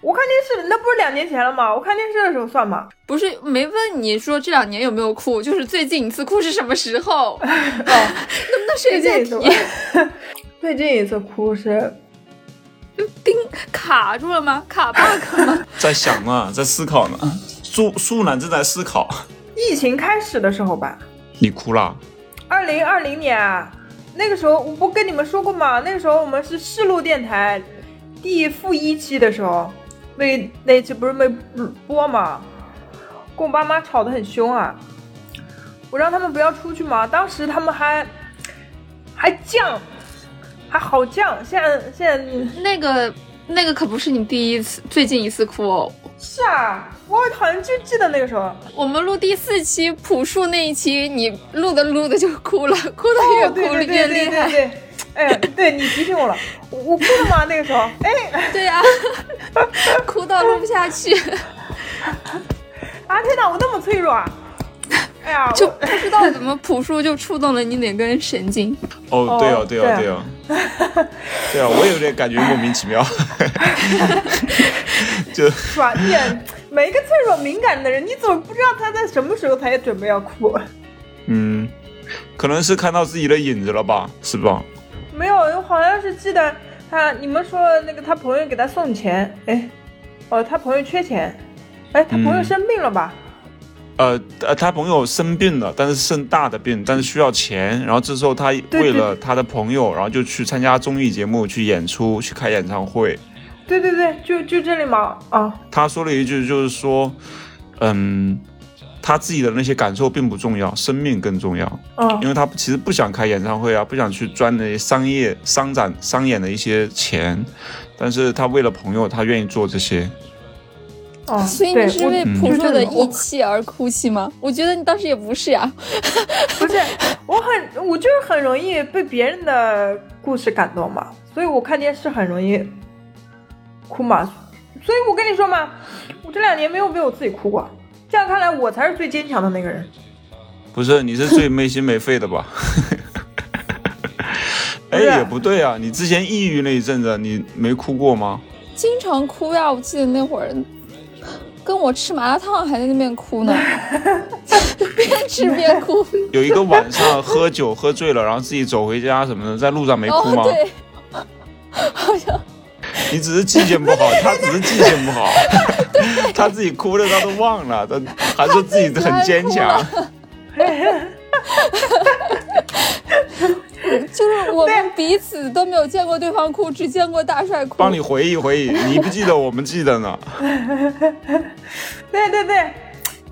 C: 我看电视，那不是两年前了吗？我看电视的时候算吗？
B: 不是没问你说这两年有没有哭，就是最近一次哭是什么时候？
C: 哦，
B: 能不能审一下
C: 最
B: 题
C: 近？ 最近一次哭是
B: 叮，卡住了吗？卡 bug 吗？
A: 在想呢，在思考呢，苏苏南正在思考。
C: 疫情开始的时候吧，
A: 你哭了？
C: 二零二零年啊，那个时候我不跟你们说过吗？那个时候我们是试录电台第负一期的时候，那那一期不是没播吗？跟我爸妈吵得很凶啊，我让他们不要出去嘛。当时他们还还犟，还好犟。现在现在
B: 那个那个可不是你第一次，最近一次哭哦。
C: 是啊，我好像就记得那个时候，
B: 我们录第四期朴树那一期，你录的录的就哭了，哭
C: 哦，
B: 的
C: 对
B: 越哭
C: 对
B: 了
C: 对
B: 越
C: 对
B: 厉
C: 对
B: 害。
C: 对，哎，对你提醒我了，我我哭了吗？那个 时候，哎。
B: 对呀、哭到录不下去，
C: 啊天哪，我那么脆 弱啊！哎呀，
B: 就
C: 我
B: 不知道怎么朴树就触动了你哪根神经。
A: 哦
C: 哦，
A: 对哦，对哦，
C: 对
A: 对哦， 对哦，我也有点感觉莫名其妙， 就是
C: 吧？你也每一个脆弱敏感的人，你怎么不知道他在什么时候才准备要哭？
A: 嗯，可能是看到自己的影子了吧，是吧？
C: 没有，我好像是记得他，你们说那个他朋友给他送钱，哎，哦，他朋友缺钱，哎，他朋友
A: 嗯
C: 生病了吧？
A: 呃呃，他朋友生病了，但是生大的病，但是需要钱，然后这时候他为了他的朋友，然后就去参加综艺节目，去演出，去开演唱会。
C: 对对对，就就这里嘛，啊，
A: 他说了一句，就是说，嗯，他自己的那些感受并不重要，生命更重要。
C: 嗯
A: 因为他其实不想开演唱会啊，不想去赚那些商业商展商演的一些钱，但是他为了朋友，他愿意做这些。
C: 嗯，
B: 所以
C: 对
B: 你是
C: 我
B: 为
A: 嗯
B: 朴
C: 就
B: 树
C: 这
B: 的
C: 种我
B: 义气而哭泣吗？我觉得你当时也不是呀、
C: 不是，我很我就是很容易被别人的故事感动嘛，所以我看电视很容易哭嘛。所以我跟你说嘛，我这两年没有为我自己哭过。这样看来，我才是最坚强的那个人。
A: 不是，你是最没心没肺的 吧？哎，
C: 不是
A: 也不对啊，你之前抑郁那一阵子，你没哭过吗？
B: 经常哭呀。我记得那会儿跟我吃麻辣烫还在那边哭 呢，边吃边哭。
A: 有一个晚上喝酒喝醉了，然后自己走回家什么的，在路上没哭吗？
B: 哦，对，好像
A: 你只是记性不好，他只是记性不好， 他自己哭了，他都忘了，他还说自己很坚强。
B: 就是我们彼此都没有见过对方哭，只见过大帅哭。
A: 帮你回忆回忆，你不记得，我们记得呢。
C: 对对对，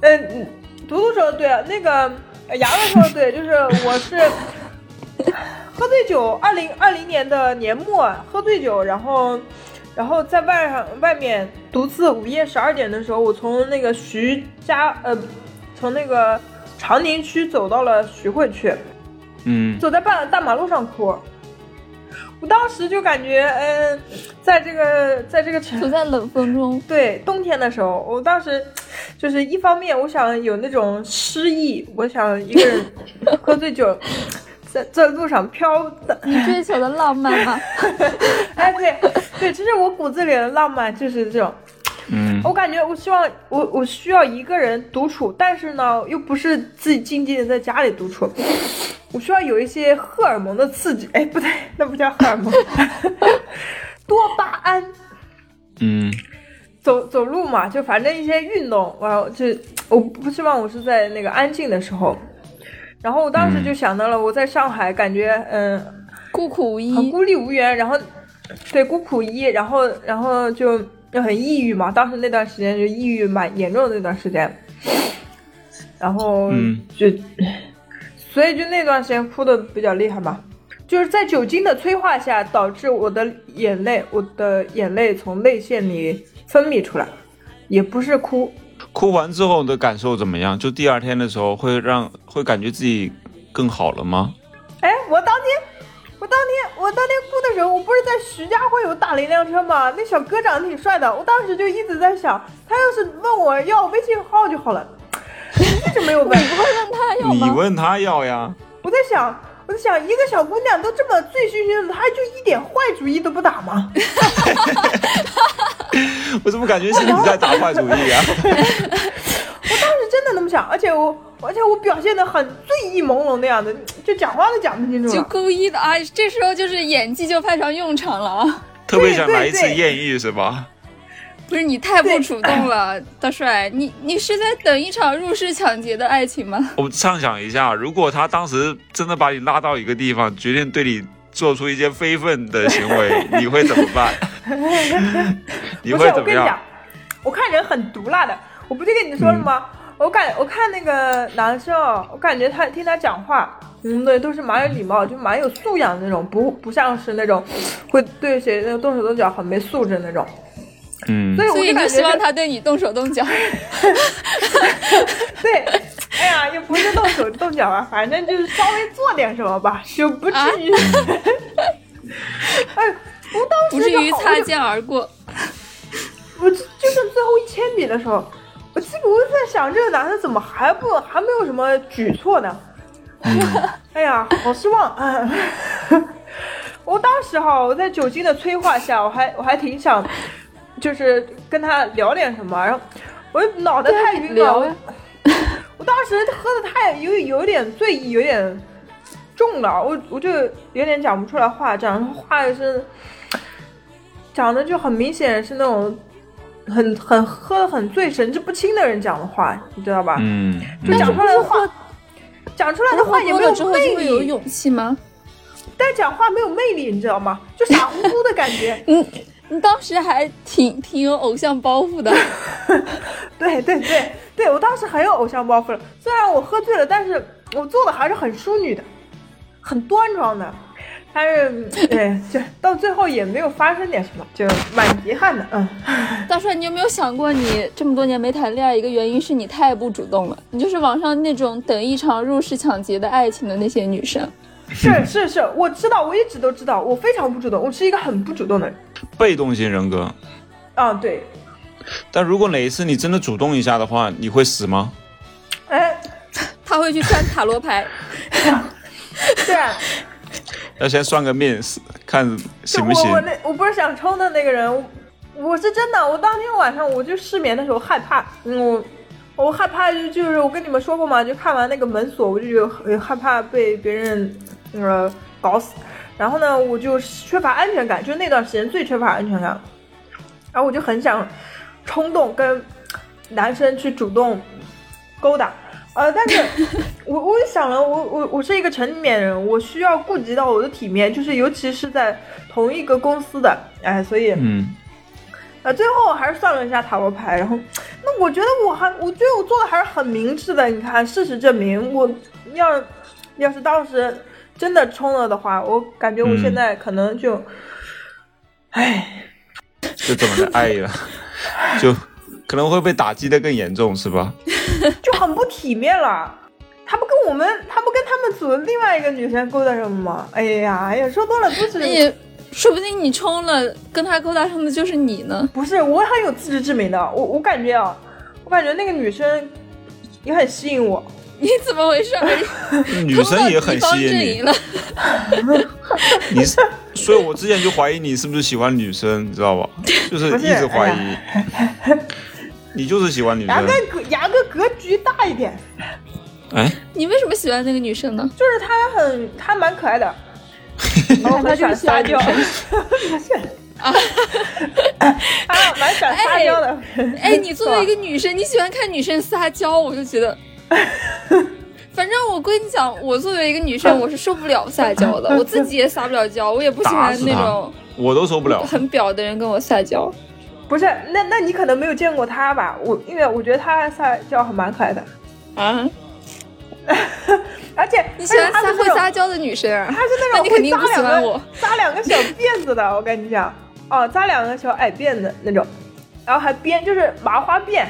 C: 嗯，嘟嘟说的对，啊那个呃牙子说的对，就是我是喝醉酒，二零二零年的年末喝醉酒，然后然后在外上外面独自午夜十二点的时候，我从那个徐家呃，从那个长宁区走到了徐汇区，
A: 嗯，
C: 走在半大马路上哭。我当时就感觉，嗯、在这个，在这个城
B: 处在冷风中，
C: 对，冬天的时候，我当时就是一方面我想有那种诗意，我想一个人喝醉酒在在路上飘荡，
B: 你追求的浪漫吗？
C: 哎，对对，这是我骨子里的浪漫，就是这种。
A: 嗯，
C: 我感觉我希望我我需要一个人独处，但是呢，又不是自己静静的在家里独处，我需要有一些荷尔蒙的刺激。哎，不对，那不叫荷尔蒙，多巴胺。
A: 嗯，
C: 走走路嘛，就反正一些运动，完了就我不希望我是在那个安静的时候。然后我当时就想到了我在上海，感觉嗯
B: 孤苦无
C: 很
B: 依，
C: 孤立无援，然后对孤苦一，然后然后就就很抑郁嘛。当时那段时间就抑郁蛮严重的那段时间，然后
A: 嗯
C: 就、所以就那段时间哭的比较厉害嘛。就是在酒精的催化下，导致我的眼泪，我的眼泪从泪腺里分泌出来，也不是哭，
A: 哭完之后的感受怎么样？就第二天的时候，会让会感觉自己更好了吗？
C: 哎，我当天，我当天，我当天哭的时候，我不是在徐家汇有打了一辆车吗？那小哥长得挺帅的，我当时就一直在想，他要是问我要微信号就好了， 一直没有问。
B: 不会问他要
A: 你
B: 吗？
A: 问他要呀，
C: 我在想，我在想，一个小姑娘都这么醉醺醺的，她就一点坏主意都不打吗？
A: 我怎么感觉是你在打坏主意啊？
C: 当时真的那么想，而且我，而且我表现的很醉意朦胧那样的，就讲话都讲不清楚
B: 就
C: 了。
B: 故意的啊！这时候就是演技就派上用场了啊！
A: 特别想来一次
C: 对对
A: 艳遇是吧？
B: 不是你太不
C: 对
B: 主动了， 大帅，你你是在等一场入室抢劫的爱情吗？
A: 我们畅想一下，如果他当时真的把你拉到一个地方，决定对你做出一些非分的行 为，你会怎么办？你
C: 不
A: 会
C: 是，
A: 怎
C: 我
A: 么
C: 跟你
A: 样
C: 讲？，我看人很毒辣的，我不就跟你说了吗？
A: 嗯
C: 我感我看那个男生哦，我感觉他听他讲话什么的都是蛮有礼貌，就蛮有素养的那种，不不像是那种会对谁动手动脚、很没素质那种。
A: 嗯
C: 所， 以我啊
B: 所以
C: 就
B: 你
C: 感
B: 就
C: 觉
B: 希望
C: 是
B: 他对你动手动脚，
C: 对，哎呀，也不是动手动脚啊，反正就是稍微做点什么吧，就不至于。 哎，我当时
B: 啊不至
C: 就
B: 于
C: 好我
B: 擦
C: 就
B: 肩而过。
C: 我就就剩最后一铅笔的时候，我基本我就在想，这个男的怎么还不还没有什么举措呢？
B: 嗯
C: 哎呀，好失望！ 啊！我当时哈，我在酒精的催化下，我还我还挺想，就是跟他聊点什么，然后我脑袋太晕了，
B: 聊
C: 我
B: 呀
C: 我当时喝的太有有点醉意，有点重了，我我就有点讲不出来话，讲的话也是 讲的就很明显是那种很很喝的很醉，神志不清的人讲的话，你知道吧？
A: 嗯，
C: 就讲出来的话，讲出来的话也
B: 多
C: 没
B: 了之
C: 有
B: 后
C: 魅
B: 就会有
C: 力，
B: 勇气吗？
C: 但讲话没有魅力，你知道吗？就傻乎乎的感觉。
B: 你当时还挺挺有偶像包袱 的，
C: 对对对对，我当时很有偶像包袱了。虽然我喝醉了，但是我做的还是很淑女的，很端庄的。但是，哎，就到最后也没有发生点什么，就蛮遗憾的。嗯，
B: 大帅，你有没有想过，你这么多年没谈恋爱，一个原因是你太不主动了？你就是网上那种等一场入室抢劫的爱情的那些女生，
C: 是是是，我知道，我一直都知道，我非常不主动，我是一个很不主动的人。
A: 被动型人格。
C: 啊，对，
A: 但如果哪一次你真的主动一下的话，你会死吗？
C: 哎，
B: 她会去算塔罗牌，
C: 对啊，
A: 要先算个命，死看
C: 就
A: 行不行
C: 我我？那我不是想抽的那个人，我我是真的，我当天晚上我就失眠的时候害怕，嗯，我我害怕就就是我跟你们说过嘛，就看完那个门锁，我就有很害怕被别人呃搞死，然后呢，我就缺乏安全感，就那段时间最缺乏安全感，然后我就很想冲动跟男生去主动勾搭。呃，但是我我就想了，我我我是一个成年人，我需要顾及到我的体面，就是尤其是在同一个公司的，哎，所以，
A: 嗯，
C: 呃，最后还是算了一下塔罗牌，然后，那我觉得我还，我觉得我做的还是很明智的。你看，事实证明，我要要是当时真的冲了的话，我感觉我
A: 嗯
C: 现在可能就，哎、
A: 就这么的爱 了，就可能会被打击的更严重，是吧？
C: 就很不体面了。 他不跟我们，他不跟他们组的另外一个女生勾搭上吗？哎呀，哎呀，说多了不
B: 那
C: 是，
B: 也说不定你冲了，跟他勾搭上的就是你呢。
C: 不是，我很有自知之明的。我我感觉啊，我感觉那个女生也很吸引我。
B: 你怎么回 事儿？
A: 女生也很吸
B: 冲到敌方阵
A: 引
B: 营了。
A: 你，你是，所以我之前就怀疑你是不是喜欢女生，你知道吧？就是
C: 不
A: 一
C: 是
A: 直怀疑， 你就是喜欢女
C: 牙
A: 生
C: 哥。格牙哥格局大一点，
A: 哎，
B: 你为什么喜欢那个女生呢？
C: 就是他很他蛮可爱的，然后
E: 他就
C: 很
E: 是
C: 想
E: 喜欢
C: 撒
E: 女
C: 娇， 啊，蛮想撒娇的。
B: 哎，你 作为一
C: 个
B: 个女生，你喜欢看女生撒娇，我就 觉得，反正我跟你讲，我作为一个女生，我是受不了撒娇 的，我自己也撒不了娇，我也不喜
A: 打
B: 欢
A: 死
B: 那
A: 他
B: 种
A: 我都受不了。
B: 很表的人跟我撒娇。
C: 不是，那那你可能没有见过他吧？我因为我觉得他撒娇还蛮可爱的，
B: 啊，
C: 而且
B: 你喜欢
A: 哎
C: 而
B: 撒
C: 且他
B: 会
C: 是那种
B: 撒娇的女生啊？
C: 他是那
B: 那
C: 种
B: 你肯
C: 会
B: 定不
C: 扎
B: 喜
C: 两
B: 欢
C: 个
B: 我
C: 扎两个小辫子的，我跟你讲，哦，扎两个小矮辫子那种，然后还编就是麻花辫，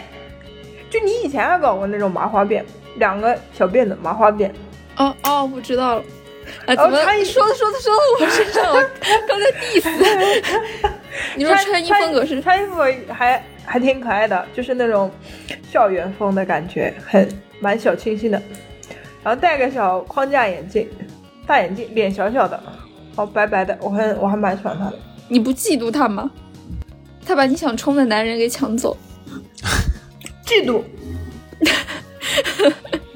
C: 就你以前还搞过那种麻花辫，两个小辫子麻花辫，
B: 哦哦，我知道了。啊，
C: 然后
B: 怎么
C: 穿一
B: 说着说着说到我身上，我刚才 diss。你 说穿衣风格是
C: 穿衣服还还挺可爱的，就是那种校园风的感觉，很蛮小清新的。然后戴个小框架眼镜，大眼镜，脸小小的，哦白白的，我很我还蛮喜欢他的。
B: 你不嫉妒他吗？他把你想冲的男人给抢走，
C: 嫉妒，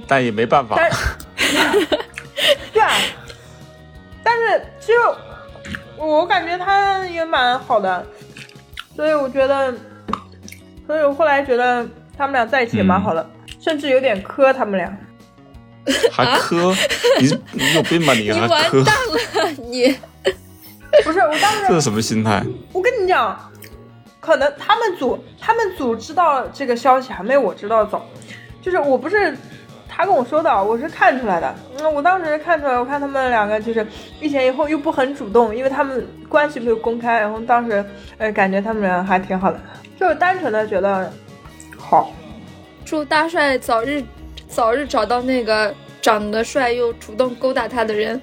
A: 但也没办法，
C: 但对啊，但是其实我感觉他也蛮好的，所以我觉得，所以我后来觉得他们俩在一起也蛮好的，甚至有点磕他们俩。
A: 还磕，你是你有病吧你？
B: 你
A: 还
B: 完
A: 磕，
B: 蛋了，你
C: 不是，我当时
A: 这是什么心态？
C: 我跟你讲，可能他们组他们组知道这个消息还没我知道早，就是我不是他跟我说的，我是看出来的。嗯，我当时看出来，我看他们两个就是一前一后又不很主动，因为他们关系没有公开，然后当时呃感觉他们俩还挺好的，就是单纯的觉得好。
B: 祝大帅早日早日找到那个长得帅又主动勾搭他的人。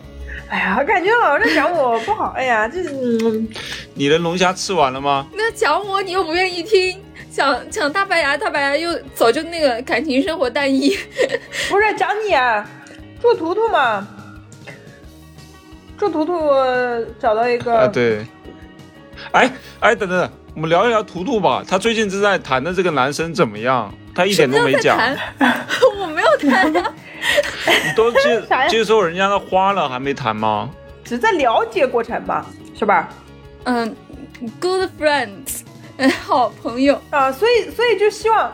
C: 哎呀，感觉老是在讲我不好，哎呀，这嗯，
A: 你的龙虾吃完了吗？
B: 那讲我你又不愿意听，讲讲大白牙，大白牙又早就那个感情生活单一。
C: 不是讲你啊，祝图图嘛，祝图图找到一个
A: 啊，对。哎哎，等等，等，我们聊一聊图图吧。他最近正在谈的这个男生怎么样？他一点都没讲，
B: 谈， 我没有谈啊，
A: 你都接
C: 啥呀
A: 接受人家的花了，还没谈吗？
C: 只在了解过程吧，是吧？
B: 嗯，good friends，嗯， 好朋友。
C: 啊、所以所以就希望，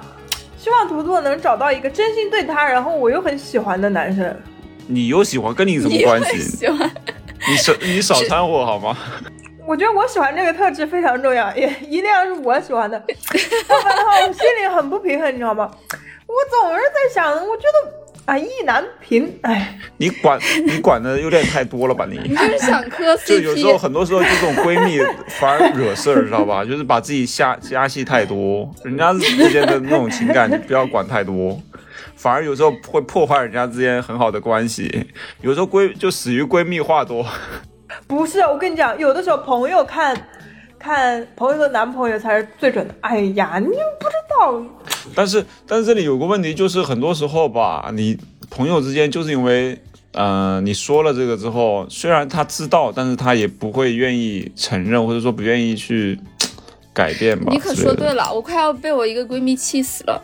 C: 希望图图能找到一个真心对他，然后我又很喜欢的男生。
A: 你又喜欢，跟你有什么
B: 你
A: 关系？
B: 会喜欢？
A: 你少你少掺和好吗？
C: 我觉得我喜欢这个特质非常重要，也一定要是我喜欢的， 要不然的话我心里很不平衡，你知道吗？我总是在想，我觉得啊意难平，哎，
A: 你管你管的有点太多了吧你
B: 你。就是想磕
A: 就有 时候，
B: CP，
A: 很多时候就这种闺蜜反而惹事儿，知道吧？就是把自己下加戏太多，人家之间的那种情感你不要管太多，反而有时候会破坏人家之间很好的关系。有时候闺就死于闺蜜话多，
C: 不是，我跟你讲，有的时候朋友看。看朋友的男朋友才是最准的。哎呀，你不知道，
A: 但是但是这里有个问题，就是很多时候吧，你朋友之间就是因为。嗯、你说了这个之后，虽然他知道，但是他也不会愿意承认，或者说不愿意去改变吧。
B: 你可
A: 之类
B: 说
A: 的
B: 对了，我快要被我一个闺蜜气死了。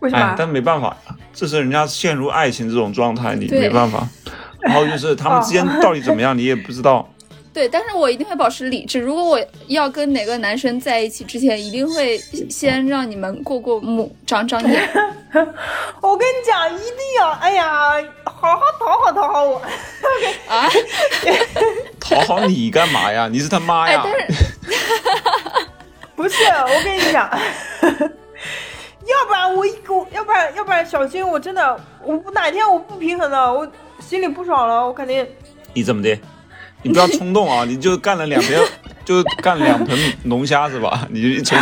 C: 为什
A: 哎
C: 么，？
A: 但没办法，这是人家陷入爱情这种状态，你
B: 对
A: 没办法。
B: 哎
A: 然后就是他们之间到底怎么样，你也不知道。
B: 对，但是我一定会保持理智。如果我要跟哪个男生在一起之前，一定会先让你们过过目、长长眼。
C: 我跟你讲，一定要，哎呀，好好讨好讨好我。
B: 哎
A: 讨好你干嘛 呀？你是他妈
B: 哎
A: 呀！，
B: 但是
C: 不是，我跟你讲， 要不然我一我，要不然要不然小心，我真的，我不哪天我不平衡了，我心里不爽了，我肯定
A: 你怎么的？你不要冲动啊！你就干了两 瓶，就干了两盆龙虾是吧？你就一冲，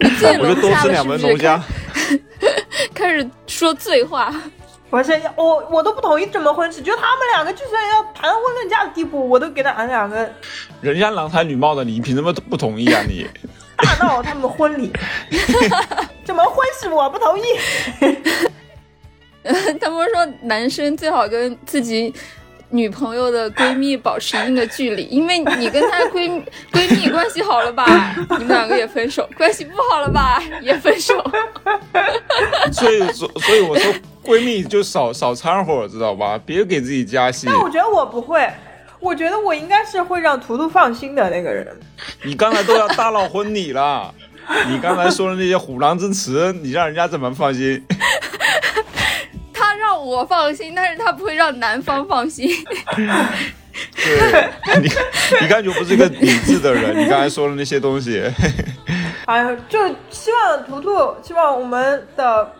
B: 你醉
A: 我就
B: 龙
A: 多
B: 虾
A: 吃
B: 了，
A: 两
B: 是不
A: 盆
B: 是？
A: 龙虾。
B: 开始说醉话。
C: 我是我我都不同意这门婚事，就他们两个就算要谈婚论嫁的地步，我都给他俺两个
A: 人家郎才女貌的，你凭什么不同意啊你？
C: 大闹他们婚礼。这门婚事我不同意。
B: 他们说男生最好跟自己女朋友的闺蜜保持一定的距 离，因为你跟她 闺蜜闺蜜关系好了吧，你们两个也分手；关系不好了 吧，也分手。
A: 所以所所以我说，闺蜜就少少掺和，知道吧？别给自己加戏。
C: 但我觉得我不会，我觉得我应该是会让图图放心的那个人。
A: 你刚才都要大闹婚礼了，你刚才说的那些虎狼之词，你让人家怎么放心？
B: 她让我放心，但是她不会让男方放心。
A: 对，你你根本就不是一个理智的人。你刚才说的那些东西，
C: 哎呀，就希望图图，希望我们的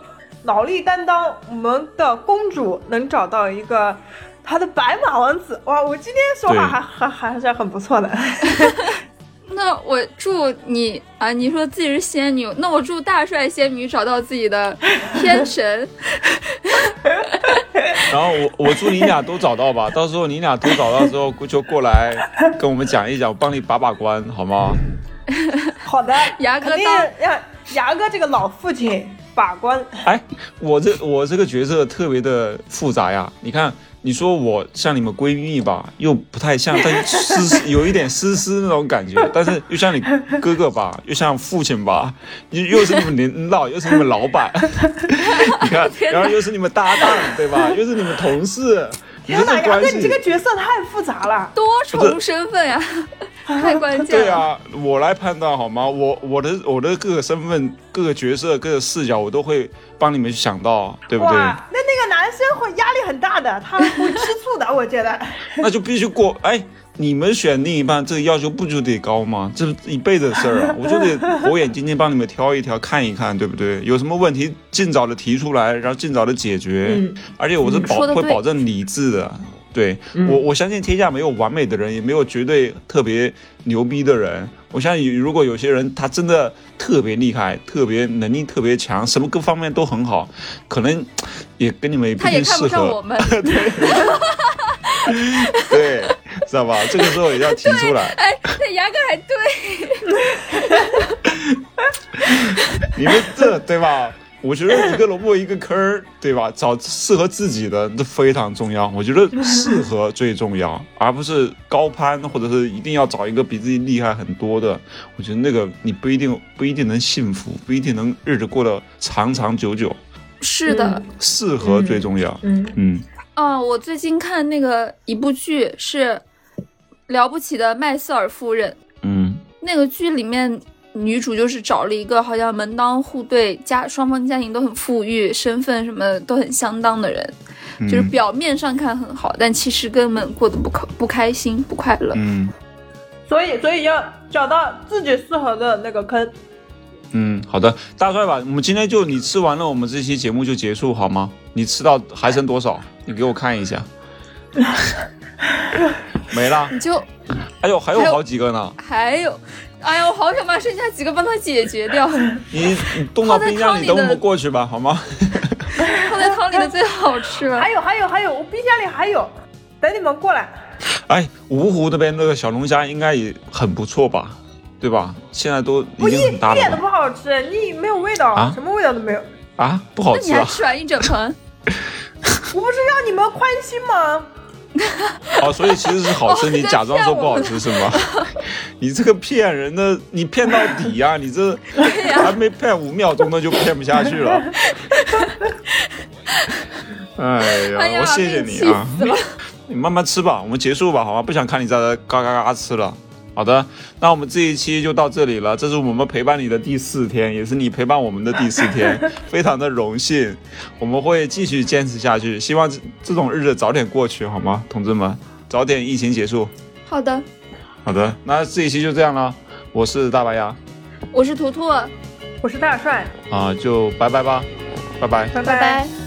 C: 脑力担当，我们的公主能找到一个她的白马王子。哇，我今天说话
A: 对
C: 还还还是很不错的。
B: 那我祝你啊，你说自己是仙女，那我祝大帅仙女找到自己的天 神。
A: 然后我我祝你俩都找到吧，到时候你俩都找到之后就过来跟我们讲一讲，我帮你把把关，好吗？
C: 好的，
B: 牙哥
C: 肯定
B: 当
C: 让牙哥这个老父亲把关。
A: 哎，我这我这个角色特别的复杂呀。你看，你说我像你们闺蜜吧，又不太像，但又丝丝有一点丝丝那种感觉，但是又像你哥哥吧，又像父亲吧，又又是你们领导，又是你们老板，你看，然后又是你们搭档，对吧？又是你们同事，你
C: 天
A: 这
C: 哪，
A: 个
C: 牙
A: 关
C: 哥，你这
A: 系
C: 个。角色太复杂了。
B: 多重身份 呀、太关键了。
A: 对啊，我来判断好吗？我我的我的各个身份、各个角色、各个视角，我都会帮你们想到，对不对？
C: 哇，那那个男生会压力很大的，他会吃醋的，我 觉得。
A: 那就必须过。哎，你们选另一半，这个要求不就得高吗？这是一辈子的事儿 啊，我就得火眼金睛帮你们挑一挑，看一看，对不对？有什么问题尽早的提出来，然后尽早的解决。
C: 嗯
A: 而且我是保
B: 说得
A: 会
B: 对嗯
A: 保证理智的。对、我，我相信天下没有完美的人，也没有绝对特别牛逼的人。我相信，如果有些人他真的特别厉害，特别能力特别强，什么各方面都很好，可能也跟你们也不
B: 他也
A: 一定
B: 看
A: 适
B: 不上我
A: 合。
B: 们。
A: 对，知道吧？这个时候也要提出来。
B: 哎，那牙哥还对，
A: 你们这对吧？我觉得一个萝卜一个坑儿，对吧？找适合自己的这非常重要。我觉得适合最重要，而不是高攀或者是一定要找一个比自己厉害很多的。我觉得那个你不一定不一定能幸福，不一定能日子过得长长久久。
B: 是的，
A: 适合最重要。
C: 嗯，
A: 嗯，
B: 啊、我最近看那个一部剧是《了不起的麦瑟尔夫人》，
A: 嗯，
B: 那个剧里面女主就是找了一个好像门当户对、家双方家庭都很富裕、身份什么都很相当的人，
A: 嗯
B: 就是表面上看很好，但其实根本过得不可不开心、不快乐。
A: 嗯
C: 所以所以要找到自己适合的那个坑。
A: 嗯，好的，大帅吧，我们今天就你吃完了，我们这期节目就结束好吗？你吃到还剩多少？你给我看一下。没了。
B: 你就
A: 哎呦，还有
B: 还有
A: 好几个呢！
B: 还有，哎呀，我好想把剩下几个帮他解决掉，
A: 你你冻到
B: 泡在
A: 冰箱里，
B: 汤里
A: 等我
B: 的
A: 们过去吧，好吗？
B: 放在汤里的最好吃了
C: 还。有还有还有，我冰箱里还有，等你们过来。
A: 哎，芜湖那边那个小龙虾应该也很不错吧，对吧？现在都已
C: 我一
A: 经很大
C: 一
A: 了
C: 点都
A: 吧
C: 不好吃，你没有味道，
A: 啊
C: 什么味道都没有。
A: 啊，不好
B: 那你
A: 吃
B: 还
A: 啊！
B: 吃完一整盆？
C: 我不是让你们宽心吗？
A: 哦，所以其实是好吃，你假装说不好吃是 吗？你这个骗人的，你骗到底呀、你这还没骗五秒钟的就骗不下去 了。哎呀，
B: 哎呀
A: 我谢谢
B: 被
A: 你
B: 气
A: 啊！你慢慢吃吧，我们结束吧，好吗？不想看你在这嘎嘎嘎吃了。好的，那我们这一期就到这里了。这是我们陪伴你的第四天，也是你陪伴我们的第四天，非常的荣幸。我们会继续坚持下去，希望这这种日子早点过去，好吗，同志们？早点疫情结束。
E: 好的，
A: 好的，那这一期就这样了。我是大白牙
E: 我是图图，
C: 我是大帅，
A: 啊、就拜拜吧，拜拜。
C: 拜
E: 拜拜。